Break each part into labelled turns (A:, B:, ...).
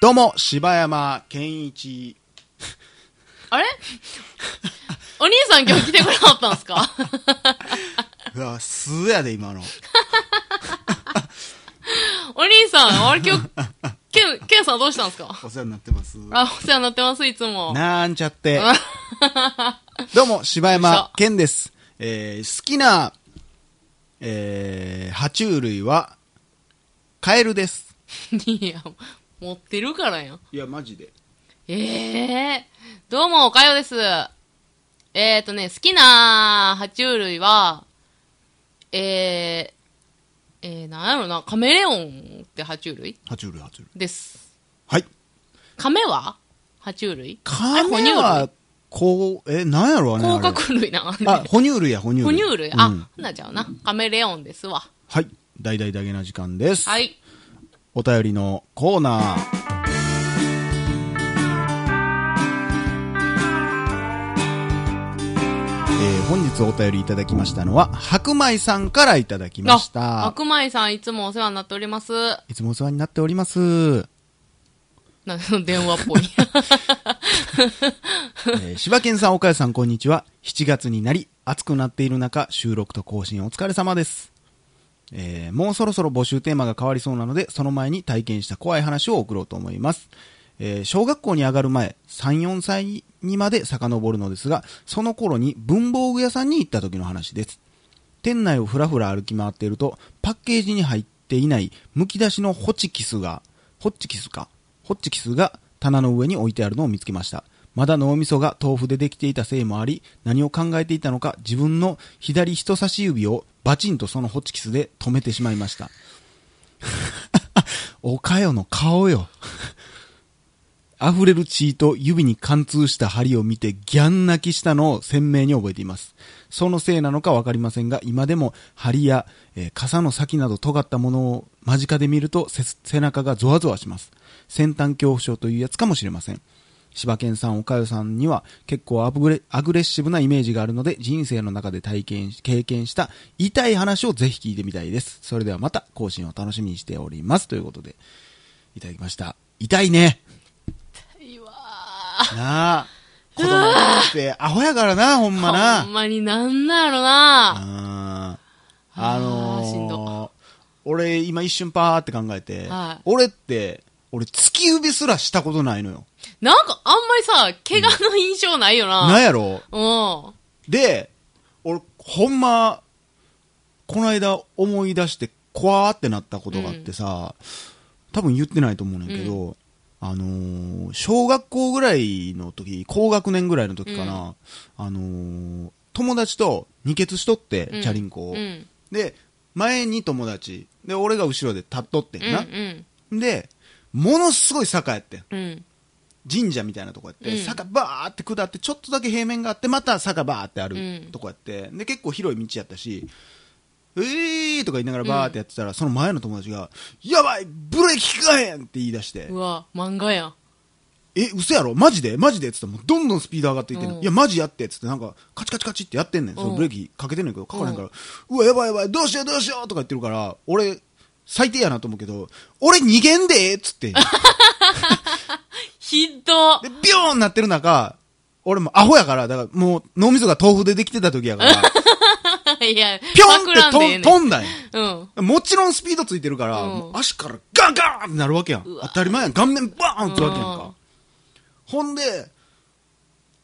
A: どうも、柴山健一。
B: あれお兄さん今日来てくれなかったんです か
A: うわ、素やで、今の。
B: お兄さん、あれ今日、ケン、ケンさんどうしたんですか
A: お世話になってます。
B: あ、お世話になってます、いつも。
A: なんちゃって。どうも、柴山健です。えー、好きな、えー、爬虫類は、カエルです。
B: いや、持ってるからやん。
A: いや、マジで。
B: ええー。どうも、おかよです。えーとね、好きな爬虫類は、えー、えー、なんやろな、カメレオンって爬虫類
A: 爬虫類、爬虫類。
B: です。
A: はい。
B: カメは爬虫類
A: カ
B: あれ
A: メは、こう、え、なんやろうね。
B: 甲
A: あれ
B: 殻類な。
A: あ、哺乳類や、哺乳類。
B: 哺乳類あ、
A: うん
B: ほんなちゃうな。カメレオンですわ。
A: はい。大々だけな時間です。
B: はい。
A: お便りのコーナー。えー本日お便りいただきましたのは、白米さんからいただきました。
B: あ白米さんいつもお世話になっております。
A: いつもお世話になっております。え
B: な 電話っぽい。
A: ー、柴犬さん、岡谷さん、こんにちは。7月になり、暑くなっている中、収録と更新お疲れ様です。えーもうそろそろ募集テーマが変わりそうなので、その前に体験した怖い話を送ろうと思います。えー小学校に上がる前、3、4歳にまで遡るのですが、その頃に文房具屋さんに行った時の話です。店内をふらふら歩き回っていると、パッケージに入っていない、むき出しのホチキスが、ホチキスか、ホチキスが棚の上に置いてあるのを見つけました。まだ脳みそが豆腐でできていたせいもあり、何を考えていたのか自分の左人差し指をバチンとそのホチキスで止めてしまいました。 おかよの顔よ。溢れる血と指に貫通した針を見てギャン泣きしたのを鮮明に覚えています。そのせいなのかわかりませんが、今でも針や、えー傘の先など尖ったものを間近で見るとせ背中がゾワゾワします。先端恐怖症というやつかもしれません。柴犬さん、おかよさんには結構アブレアグレッシブなイメージがあるので、人生の中で体験し、経験した痛い話をぜひ聞いてみたいです。それではまた更新を楽しみにしております。ということで、いただきました。痛いね。
B: いいわ
A: なあ。子供って、アホやからな、ほんま
B: ーほん
A: な。
B: まになんなんやろな。
A: ああ
B: あ
A: の
B: し
A: ー
B: んど、
A: 俺今一瞬パーって考えて
B: はい、
A: 俺って、俺月指すらしたことないのよ。
B: なんかあんまりさ、怪我の印象ないよ
A: なん
B: な。
A: やろ
B: うん。
A: で、俺、ほんま、この間思い出して、怖ーってなったことがあってさ、多分言ってないと思うねんけど、あのー小学校ぐらいの時、高学年ぐらいの時かな、あのー友達と二欠しとって、
B: うん
A: チャリンコを。
B: うん。
A: で、前に友達、で、俺が後ろで立っとってん
B: うん。う
A: な。
B: ん。
A: で、ものすごい坂やってん。
B: うん。
A: 神社みたいなとこやって、
B: うん
A: 坂バーって下ってちょっとだけ平面があってまた坂バーってある
B: うん
A: とこやって、で結構広い道やったし「えー!」とか言いながらバーってやってたら、その前の友達が「やばいブレーキ効かへん!」って言い出して
B: うわ、漫画やん。
A: 「え嘘やろマジでマジで?」っつったらもうどんどんスピード上がっていってんの
B: うん
A: いやマジやって」っつってなんかカチカチカチってやってんねんその
B: うん
A: ブレーキかけてんねんけどかからへんから「うわやばいやばいどうしようどうしよう!」とか言ってるから俺最低やなと思うけど「俺逃げんで!」っつって。
B: ひど
A: で、ビョーンなってる中、俺もアホやから、だからもう脳みそが豆腐でできてた時や から、
B: いや、
A: ピョン
B: まく
A: っ
B: らんでええ
A: て
B: ねん
A: と飛んだんや。
B: うん。
A: もちろんスピードついてるから、
B: うん
A: もう足からガンガーンってなるわけやん。
B: うわ
A: 当たり前やん。顔面バーンってわけやん
B: うん
A: か。ほんで、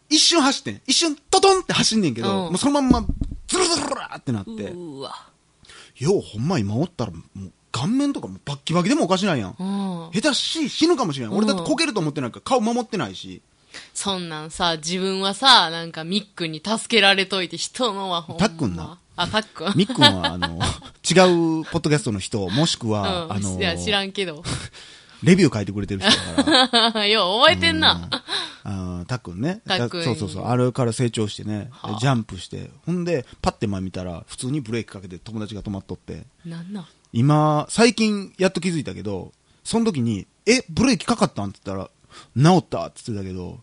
A: 一瞬走ってん。一瞬トトンって走んねんけど、
B: うん
A: もうそのまんまズルズルラーってなって、
B: うわ。
A: ようほんま今おったらもう顔面とかもうバッキバキでもおかしないやん。
B: うん。
A: 下手し死ぬかもしれん。俺だって
B: うん
A: こけると思ってないから顔守ってないし。
B: そんなんさ、自分はさ、なんかミックに助けられといて、人のはほんま。
A: たっくんな。
B: あ、たっくん。
A: みっくんは、あの、違うポッドキャストの人、もしくは、
B: うん、
A: あの
B: い、や、知らんけど。
A: レビュー書いてくれてる人だから、
B: よう覚えてんな。
A: あーたっくんね。
B: たっくん
A: そうそうそう。あれから成長してね、ジャンプして、ほんで、パッて前見たら、普通にブレーキかけて友達が止まっとって、
B: なんなん
A: 今、最近、やっと気づいたけど、その時に、え、ブレーキかかったんって言ったら、治ったって言ってたけど、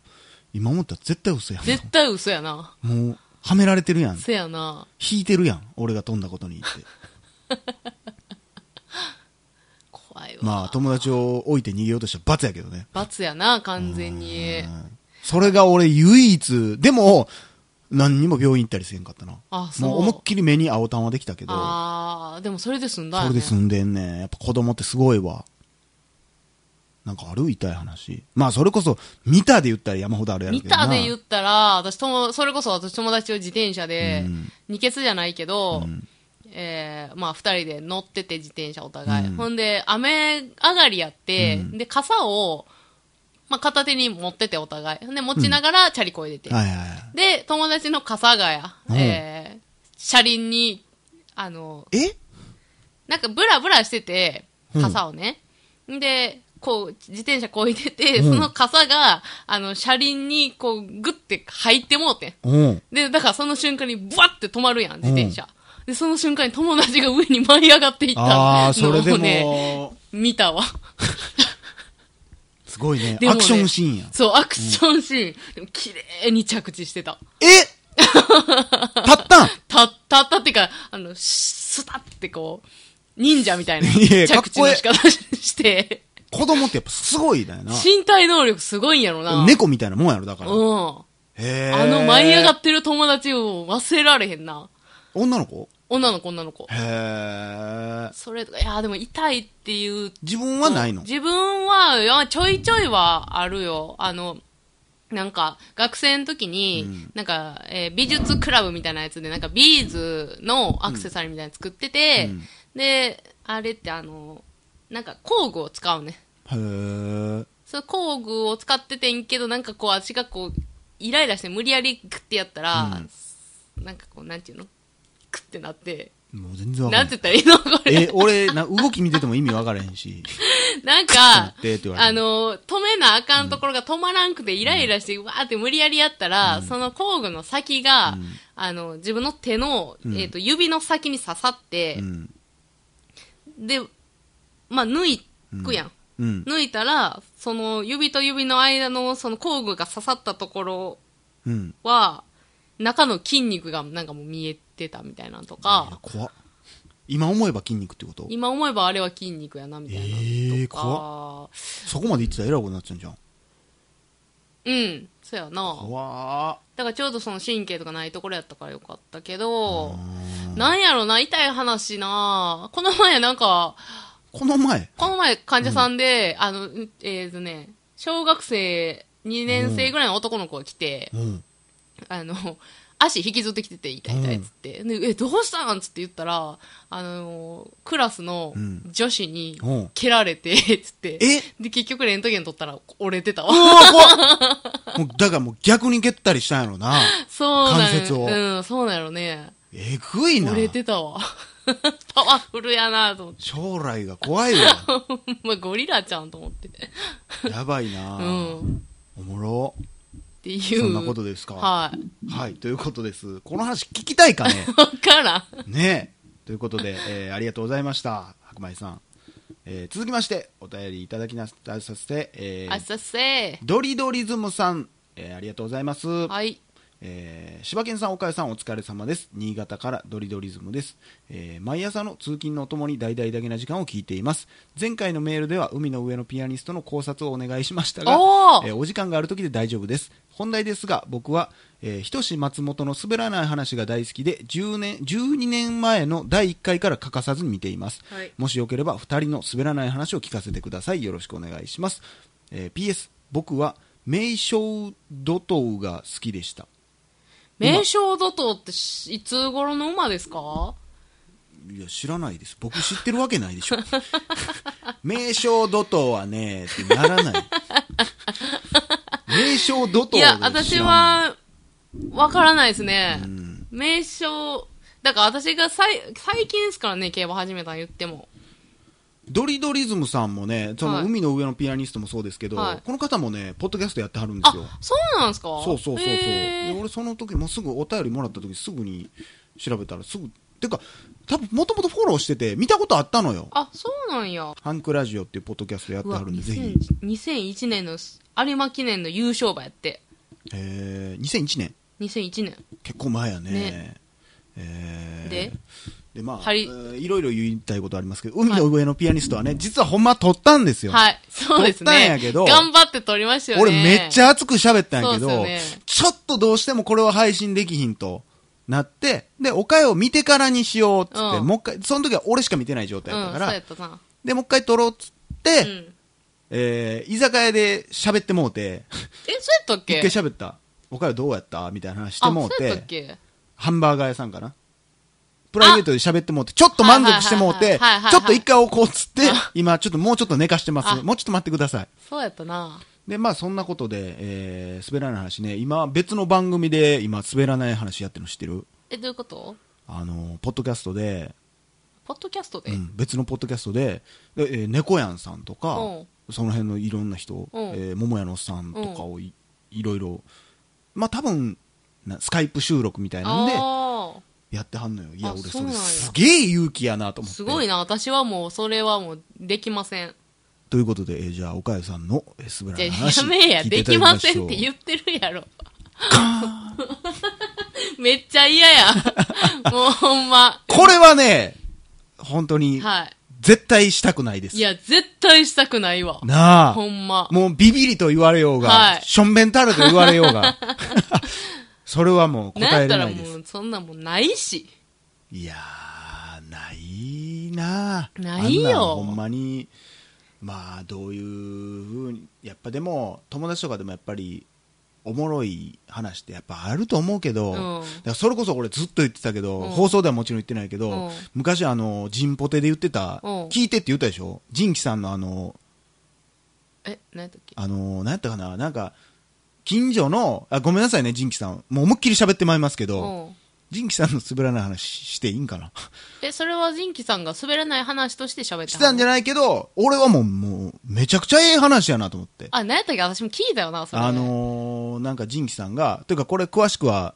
A: 今思ったら絶対嘘やん。
B: 絶対嘘やな。
A: もう、はめられてるやん。
B: 嘘やな。
A: 引いてるやん。俺が飛んだことにって。
B: いわ。
A: まあ、友達を置いて逃げようとしたら罰やけどね。
B: 罰やな、完全に。
A: それが俺唯一、でも、何にも病院行ったりせんかったな。
B: あそう
A: もう思いっきり目に青玉できたけど、
B: ああ、でもそれで済んだ
A: そ
B: よ、
A: れ
B: ね。
A: で済んでんね。やっぱ子供ってすごいわ。なんかある痛い話。まあ、それこそ、見たで言ったら山ほどあるやろ
B: 見
A: うけどな。
B: たで言ったら、私とも、それこそ私友達を自転車で、二欠じゃないけど、えーまあ二人で乗ってて自転車お互い。
A: うん
B: ほんで、雨上がりやって、で、傘を、まあ片手に持っててお互い。ほんで、持ちながらチャリこいでて。
A: はいはいはい。
B: で、友達の傘がや、
A: うん
B: えー車輪に、あの、
A: え
B: なんかブラブラしてて、
A: うん
B: 傘をね。ん、で、こう、自転車こいでて、
A: うん
B: その傘が、あの、車輪に、こう、グッて入ってもうてん。
A: うん。
B: で、だからその瞬間に、ブワッて止まるやん、自転車。で、その瞬間に友達が上に舞い上がっていった
A: ああ、それで
B: をね、
A: も、
B: 見たわ。
A: すごいね
B: で。も
A: ア
B: ね
A: クションシー ンや。
B: そう、アクションシーン。でも綺麗に着地してた。
A: えたったん
B: た、たったっていうか、あの、スタってこう、忍者みたいな
A: いやかっ
B: 着地
A: こえ
B: の
A: え
B: 仕方して、
A: 子供ってやっぱすごいだよな。
B: 身体能力すごいんやろな。
A: 猫みたいなもんやろ、だから。
B: うん。
A: へー
B: あの舞い上がってる友達を忘れられへんな。
A: 女の子
B: 女の子、女の子。
A: へえ。
B: それとか、いや、でも痛いっていう。
A: 自分はないの
B: 自分は、いやちょいちょいはあるよ。あの、なんか、学生の時に、なんか、えー美術クラブみたいなやつで、なんかビーズのアクセサリーみたいなの作ってて、
A: うん
B: で、あれってあの、なんか工具を使うね。
A: へえ。
B: その工具を使っててんけど、なんかこう、私がこう、イライラして無理やりグッてやったら、なんかこう、なんていうのグッてなって、
A: もう全然わか
B: なんん
A: な
B: て
A: い。
B: 言ったらいいのこれ
A: え、。俺、な、動き見てても意味わからへんし。
B: なんか
A: ちょっと待ってって言われて
B: あの、止めなあかんところが止まらんくて、イライラして、わーって無理やりやったら、その工具の先が、あの、自分の手の、
A: ん
B: えっ、と、指の先に刺さって
A: う、ん。
B: で、まあ、抜くやん。
A: うん。
B: 抜いたら、その指と指の間のその工具が刺さったところ
A: うん。
B: は、中の筋肉がなんかもう見えてたみたいなのと
A: いや
B: か、
A: 怖っ今思えば筋肉ってこと
B: 今思えばあれは筋肉やなみたいなのとか、
A: えー怖そこまで言ってたら偉くなっちゃうんじゃん。
B: うん、そうやな。
A: 怖っ
B: だからちょうどその神経とかないところやったからよかったけど、
A: うん
B: なんやろな、痛い話なこの前なんか、
A: この前、
B: この前患者さんで、あの、うえーとね、小学生2年生ぐらいの男の子が来て、
A: うん。
B: あの、足引きずってきてて、痛い痛いっつって。でえ、どうしたんつって言ったら、あの、クラスの
A: うん
B: 女子に
A: うん
B: 蹴られて、つって。
A: え
B: で、結局レントゲン取ったら折れてた
A: う
B: わ。
A: わ怖っもうだからもう逆に蹴ったりしたんやろな。
B: そうなん
A: 関節を
B: うん、そうなんやろね。
A: えぐいな
B: 折。れてたわ。 パワフルやなと思って。
A: 将来が怖いわ。
B: まゴリラちゃんと思って。
A: やばいな、
B: うん。
A: おもろ。
B: っていう。
A: そんなことですか。
B: はい。
A: はい、ということです。この話聞きたいかね
B: わからん。
A: ねということで、えーありがとうございました、白米さん。えー続きまして、お便りいただきなさせて、えー
B: あっさせ
A: ドリドリズムさん、えーありがとうございます。
B: はい。
A: えー柴犬さん、岡谷さん、お疲れ様です。新潟からドリドリズムです。えー毎朝の通勤のお供に大々だけな時間を聞いています。前回のメールでは、海の上のピアニストの考察をお願いしましたが、
B: おー
A: えーお時間がある時で大丈夫です。本題ですが、僕は、えー、ひとし松本の滑らない話が大好きで、10年、12年前の第1回から欠かさずに見ています。
B: はい
A: もしよければ、2人の滑らない話を聞かせてください。よろしくお願いします。えー PS、僕は、名称ドトウが好きでした。
B: 名称怒涛ってしいつ頃の馬ですか
A: いや、知らないです。僕知ってるわけないでしょ。 名称怒涛はね、ってならない。名称怒涛
B: い
A: で
B: や、
A: 知
B: 私
A: らん。
B: は、わからないですね
A: う。ん。
B: 名称、だから私がさい最近ですからね、競馬始めたん言っても。
A: ドリドリズムさんもね、その
B: はい
A: 海の上のピアニストもそうですけど、
B: はい
A: この方もね、ポッドキャストやってはるんで
B: あ
A: すよ。、
B: そうなんですか
A: そうそうそうそう。
B: へ
A: で
B: ー
A: 俺その時、もうすぐお便りもらった時、すぐに調べたら、すぐ、てか、多分もともとフォローしてて、見たことあったのよ。
B: あ、そうなんや。
A: ハンクラジオっていうポッドキャストやって
B: う
A: は
B: わ、
A: るんで、ぜひ。
B: 2000 2001年の有馬記念の優勝馬やって。
A: えー、2001年。
B: 2001年。
A: 結構前やね
B: ね
A: えー
B: で
A: でまあ、
B: はい
A: えーいろいろ言いたいことありますけど、海の上のピアニストはね、実はほんま撮ったんですよ。
B: はい。そうです
A: 撮
B: ね。
A: ったんやけど
B: 頑張って撮りましたよね。
A: 俺めっち
B: ゃ。
A: ゃ熱く喋ったんやけど、
B: そうですよね
A: ちょっとどうしてもこれは配信できひんとなって、で、おかよを見てからにしようっつって、
B: うん
A: もう一回、その時は俺しか見てない状
B: うん、
A: 態
B: そう
A: だったから、
B: やったな。
A: で、もう一回撮ろうっつって、
B: うん。
A: えー居酒屋で喋ってもうて、
B: え、そうやったっけ
A: 一回喋った。おかよどうやったみたいな話してもう
B: あ、そうやった
A: て
B: っ、け
A: ハンバーガー屋さんかな。プライベートで喋ってもうて、ちょっと満足してもう
B: はい
A: て
B: はいはいはいはいは、い
A: ちょっと一回置こうっつって、今ちょっともうちょっと寝かしてます。
B: あ
A: もうちょっと待ってください。
B: そうやったな。
A: で、まあそんなことで、えー、滑らない話ね、今別の番組で今滑らない話やってるの知ってる
B: え、どういうこと
A: あのー、ポッドキャストで、
B: ポッドキャストで、
A: うん、別のポッドキャストで、でえー猫やんさんとか、
B: うん
A: その辺のいろんな人、
B: うん
A: えー桃屋のおっさんとかをい,、ろいろ、まあ多分、なスカイプ収録みたいなんで、
B: あ
A: やってはんのよ。いや、
B: あ
A: 俺
B: そ
A: そう
B: な
A: れ
B: んや
A: すげえ勇気やなと
B: あ
A: 思って。
B: すごいな。私はもう、それはもう、できません。
A: ということで、えーじゃあ、岡谷さんのえー滑ら
B: じ
A: な
B: ゃ
A: い
B: あ
A: 話。
B: やめえや、
A: 聞いて
B: で
A: いただき
B: き
A: ま
B: ま
A: し
B: せ
A: ょう
B: んって言ってるやろ。 めっちゃ嫌 や。もうほんま。
A: これはね、本当に、
B: は
A: 絶対したくないです
B: い。い。や、絶対したくないわ。
A: なあ。
B: ほんま。
A: もうビビリと言われようが、
B: はい
A: しょんべんたると言われよう が、それはもう
B: なん
A: 答
B: や
A: え
B: った
A: れ
B: ら
A: ないです。
B: もう、そんなもんないし。
A: いやー、ないなあ
B: ない
A: あ
B: よ
A: んなんほんまに、まあ、どういうふうに、やっぱでも、友達とかでもやっぱり、おもろい話ってやっぱあると思うけど、
B: うん
A: だからそれこそ俺ずっと言ってたけど、
B: うん
A: 放送ではもちろん言ってないけど、
B: うん
A: 昔あの、ジンポテで言ってた、
B: うん
A: 聞いてって言ったでしょジンキさんのあの、
B: え、何やったっけ
A: あのー、なんやったかな、なんか、近所の、あ、ごめんなさいね、ジンキさん。もう思いっきり喋ってまいりますけ
B: う
A: ど、
B: ん。
A: ジンキさんの滑らない話していいんかな
B: え、それはジンキさんが滑らない話として喋った
A: してたんじゃ
B: ない
A: ないけど、俺はもう、もう、めちゃくちゃええ話やなと思って。
B: あ、何やったっけ私も聞いたよな、それ。
A: あ、のー、なんかジンキさんが、というかこれ詳しくは、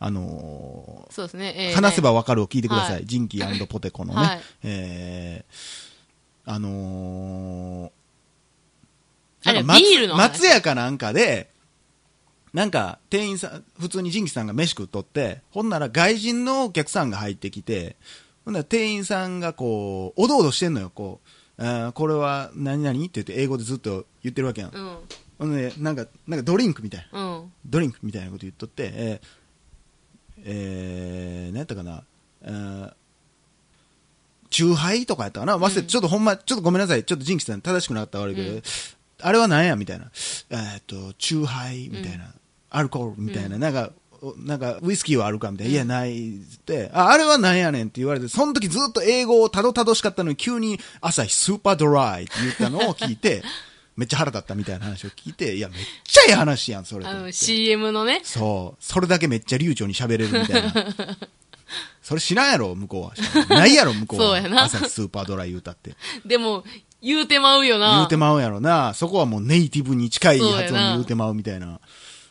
A: あの
B: そうですね。
A: ー
B: えー
A: 話せばわかるを聞いてください。
B: はい
A: ジンキポテコのね。
B: はい
A: えー、あのー、
B: あ
A: な
B: れ
A: んか松
B: ビールの話
A: 松屋かなんかで、なんか、店員さん、普通にジンキさんが飯食っとって、ほんなら外人のお客さんが入ってきて、ほんなら店員さんがこう、おどおどしてんのよ、こう、あーこれは何々って言って英語でずっと言ってるわけやん。
B: うん。
A: ほんで、なんか、なんかドリンクみたいな。
B: うん。
A: ドリンクみたいなこと言っとって、えー、えー、何やったかな、えー、チューハイとかやったかな忘れて、ちょっとほんま、ちょっとごめんなさい、ちょっとジンキさん正しくなかったら悪いけど、
B: うん
A: あれは何やみたいな。えーっと、チューハイみたいな、アルコールみたいな、なんか、おなんか、ウイスキーはあるかみたいな、いや、ないって、あ、あれは何やねんって言われて、その時ずっと英語をたどたどしかったのに、急に朝日スーパードライって言ったのを聞い て、めっちゃ腹立ったみたいな話を聞いて、いや、めっちゃええ話やん、それと
B: あ
A: 思って。
B: の、CM のね。
A: そう。それだけめっちゃ流暢に喋れるみたい な。それ知らんやろ、向こうは。ないやろ、向こうは。
B: そうやな
A: 朝日スーパードライ言うたって。
B: でも、言うてまうよな。
A: 言うてまうやろな。そこはもうネイティブに近い
B: そうやな
A: 発音に言うてまうみたいな。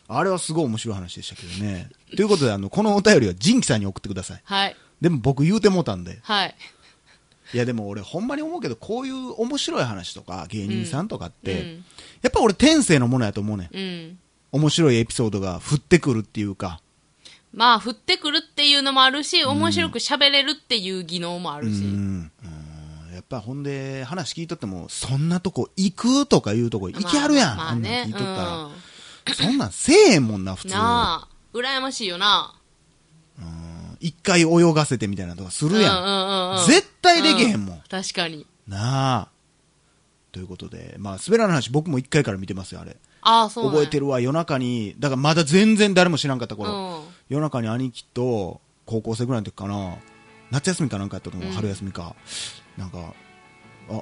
A: あれはすごい面白い話でしたけどね。ということで、あの、このお便りはジンキさんに送ってください。
B: はい。
A: でも僕言うてもうたんで。
B: はい。
A: いやでも俺ほんまに思うけど、こういう面白い話とか芸人さんとかって、
B: うんうん
A: やっぱ俺天性のものやと思うねん。
B: うん。
A: 面白いエピソードが降ってくるっていうか。
B: まあ、降ってくるっていうのもあるし、面白く喋れるっていう技能もある
A: う
B: し。
A: んうんやっぱほんで話聞いとってもそんなとこ行くとかいうとこ行きはるやん、
B: まあまあね。
A: あんなん聞いとったら、
B: う
A: そんなんせえへんもんな普
B: ん。
A: 通
B: なあ。羨ましいよな。
A: うん一回泳がせてみたいなとかするやん、
B: ん
A: 絶対できへんもん
B: う確かに。
A: なあということでまあ滑らない話僕も一回から見てますよあれ
B: ああ、そうなんや
A: 覚えてるわ夜中にだからまだ全然誰も知らんかった
B: う
A: 頃、
B: ん。
A: 夜中に兄貴と高校生ぐらいの時かな夏休みかなんかやったと思う、春休みかなんかあ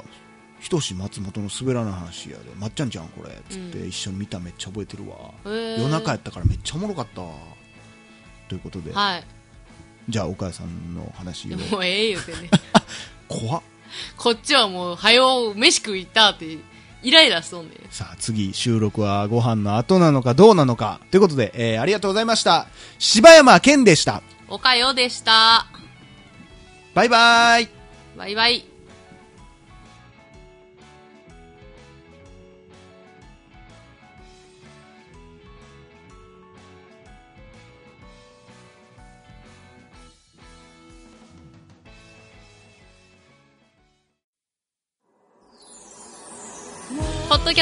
A: ひとし松本の滑らない話やでまっちゃんじゃんこれつって一緒に見ためっちゃ覚えてるわ、
B: へー
A: 夜中やったからめっちゃおもろかったわということで、
B: はい。
A: じゃあ岡谷さんの話
B: で
A: を
B: もうええ言うてね。
A: 怖っ
B: こっちはもう、はよ、飯食いたって、イライラしとんねん。
A: さあ次収録はご飯の後なのかどうなのかということで、えーありがとうございました柴山健でした
B: おかよでした。
A: バイバイ
B: バイバイ。ッドキ